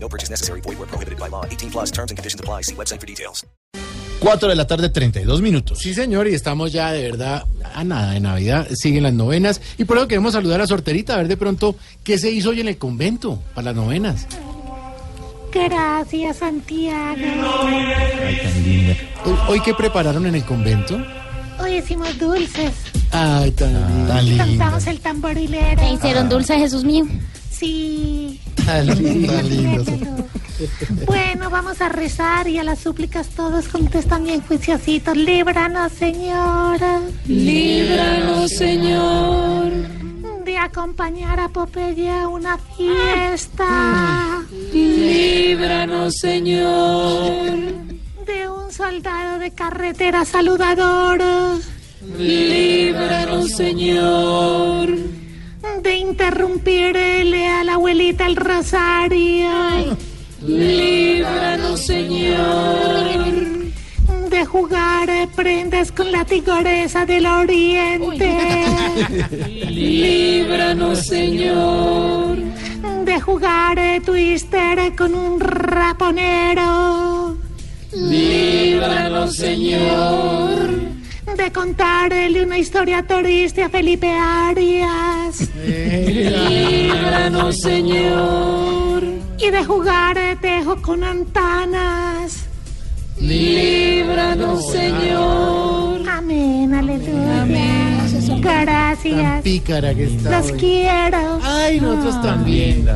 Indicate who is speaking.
Speaker 1: No purchase necessary. Void where prohibited by law. 18 plus terms and conditions apply. See website for details.
Speaker 2: 4 de la tarde, 32 minutos.
Speaker 3: Sí, señor, y estamos ya de verdad a nada de Navidad. Siguen las novenas. Y por eso queremos saludar a Sorterita, a ver de pronto qué se hizo hoy en el convento para las novenas.
Speaker 4: Gracias, Santiago.
Speaker 3: Hoy, hoy qué prepararon en el convento.
Speaker 4: Hoy hicimos dulces.
Speaker 3: Ay, tan lindo.
Speaker 2: Tan lindo,
Speaker 4: Cantamos el tamborilero.
Speaker 5: ¿Te hicieron dulce, Jesús mío?
Speaker 4: Sí.
Speaker 3: Tan lindo, tan lindo.
Speaker 4: Bello. Bueno, vamos a rezar y a las súplicas todos contestan bien juiciositos. Líbranos, Señora,
Speaker 5: Líbranos, Señor.
Speaker 4: de acompañar a Popeye a una fiesta
Speaker 5: Líbranos, Señor.
Speaker 4: de un soldado de carretera saludador,
Speaker 5: Líbranos, Señor.
Speaker 4: de interrumpirle a la abuelita el rosario.
Speaker 5: Líbranos, Señor.
Speaker 4: de jugar eh, prendas con la tigoresa del oriente,
Speaker 5: Líbranos, Señor.
Speaker 4: de jugar eh, twister eh, con un raponero,
Speaker 5: Líbranos, Señor.
Speaker 4: de contarle una historia turista a Felipe Arias
Speaker 5: Líbranos, Señor.
Speaker 4: y de jugar eh, tejo con antanas.
Speaker 5: Líbranos, Señor.
Speaker 4: Amén, aleluya. Gracias.
Speaker 3: Pícara que está.
Speaker 4: Los
Speaker 3: hoy.
Speaker 4: quiero.
Speaker 3: Ah. Ay, nosotros también.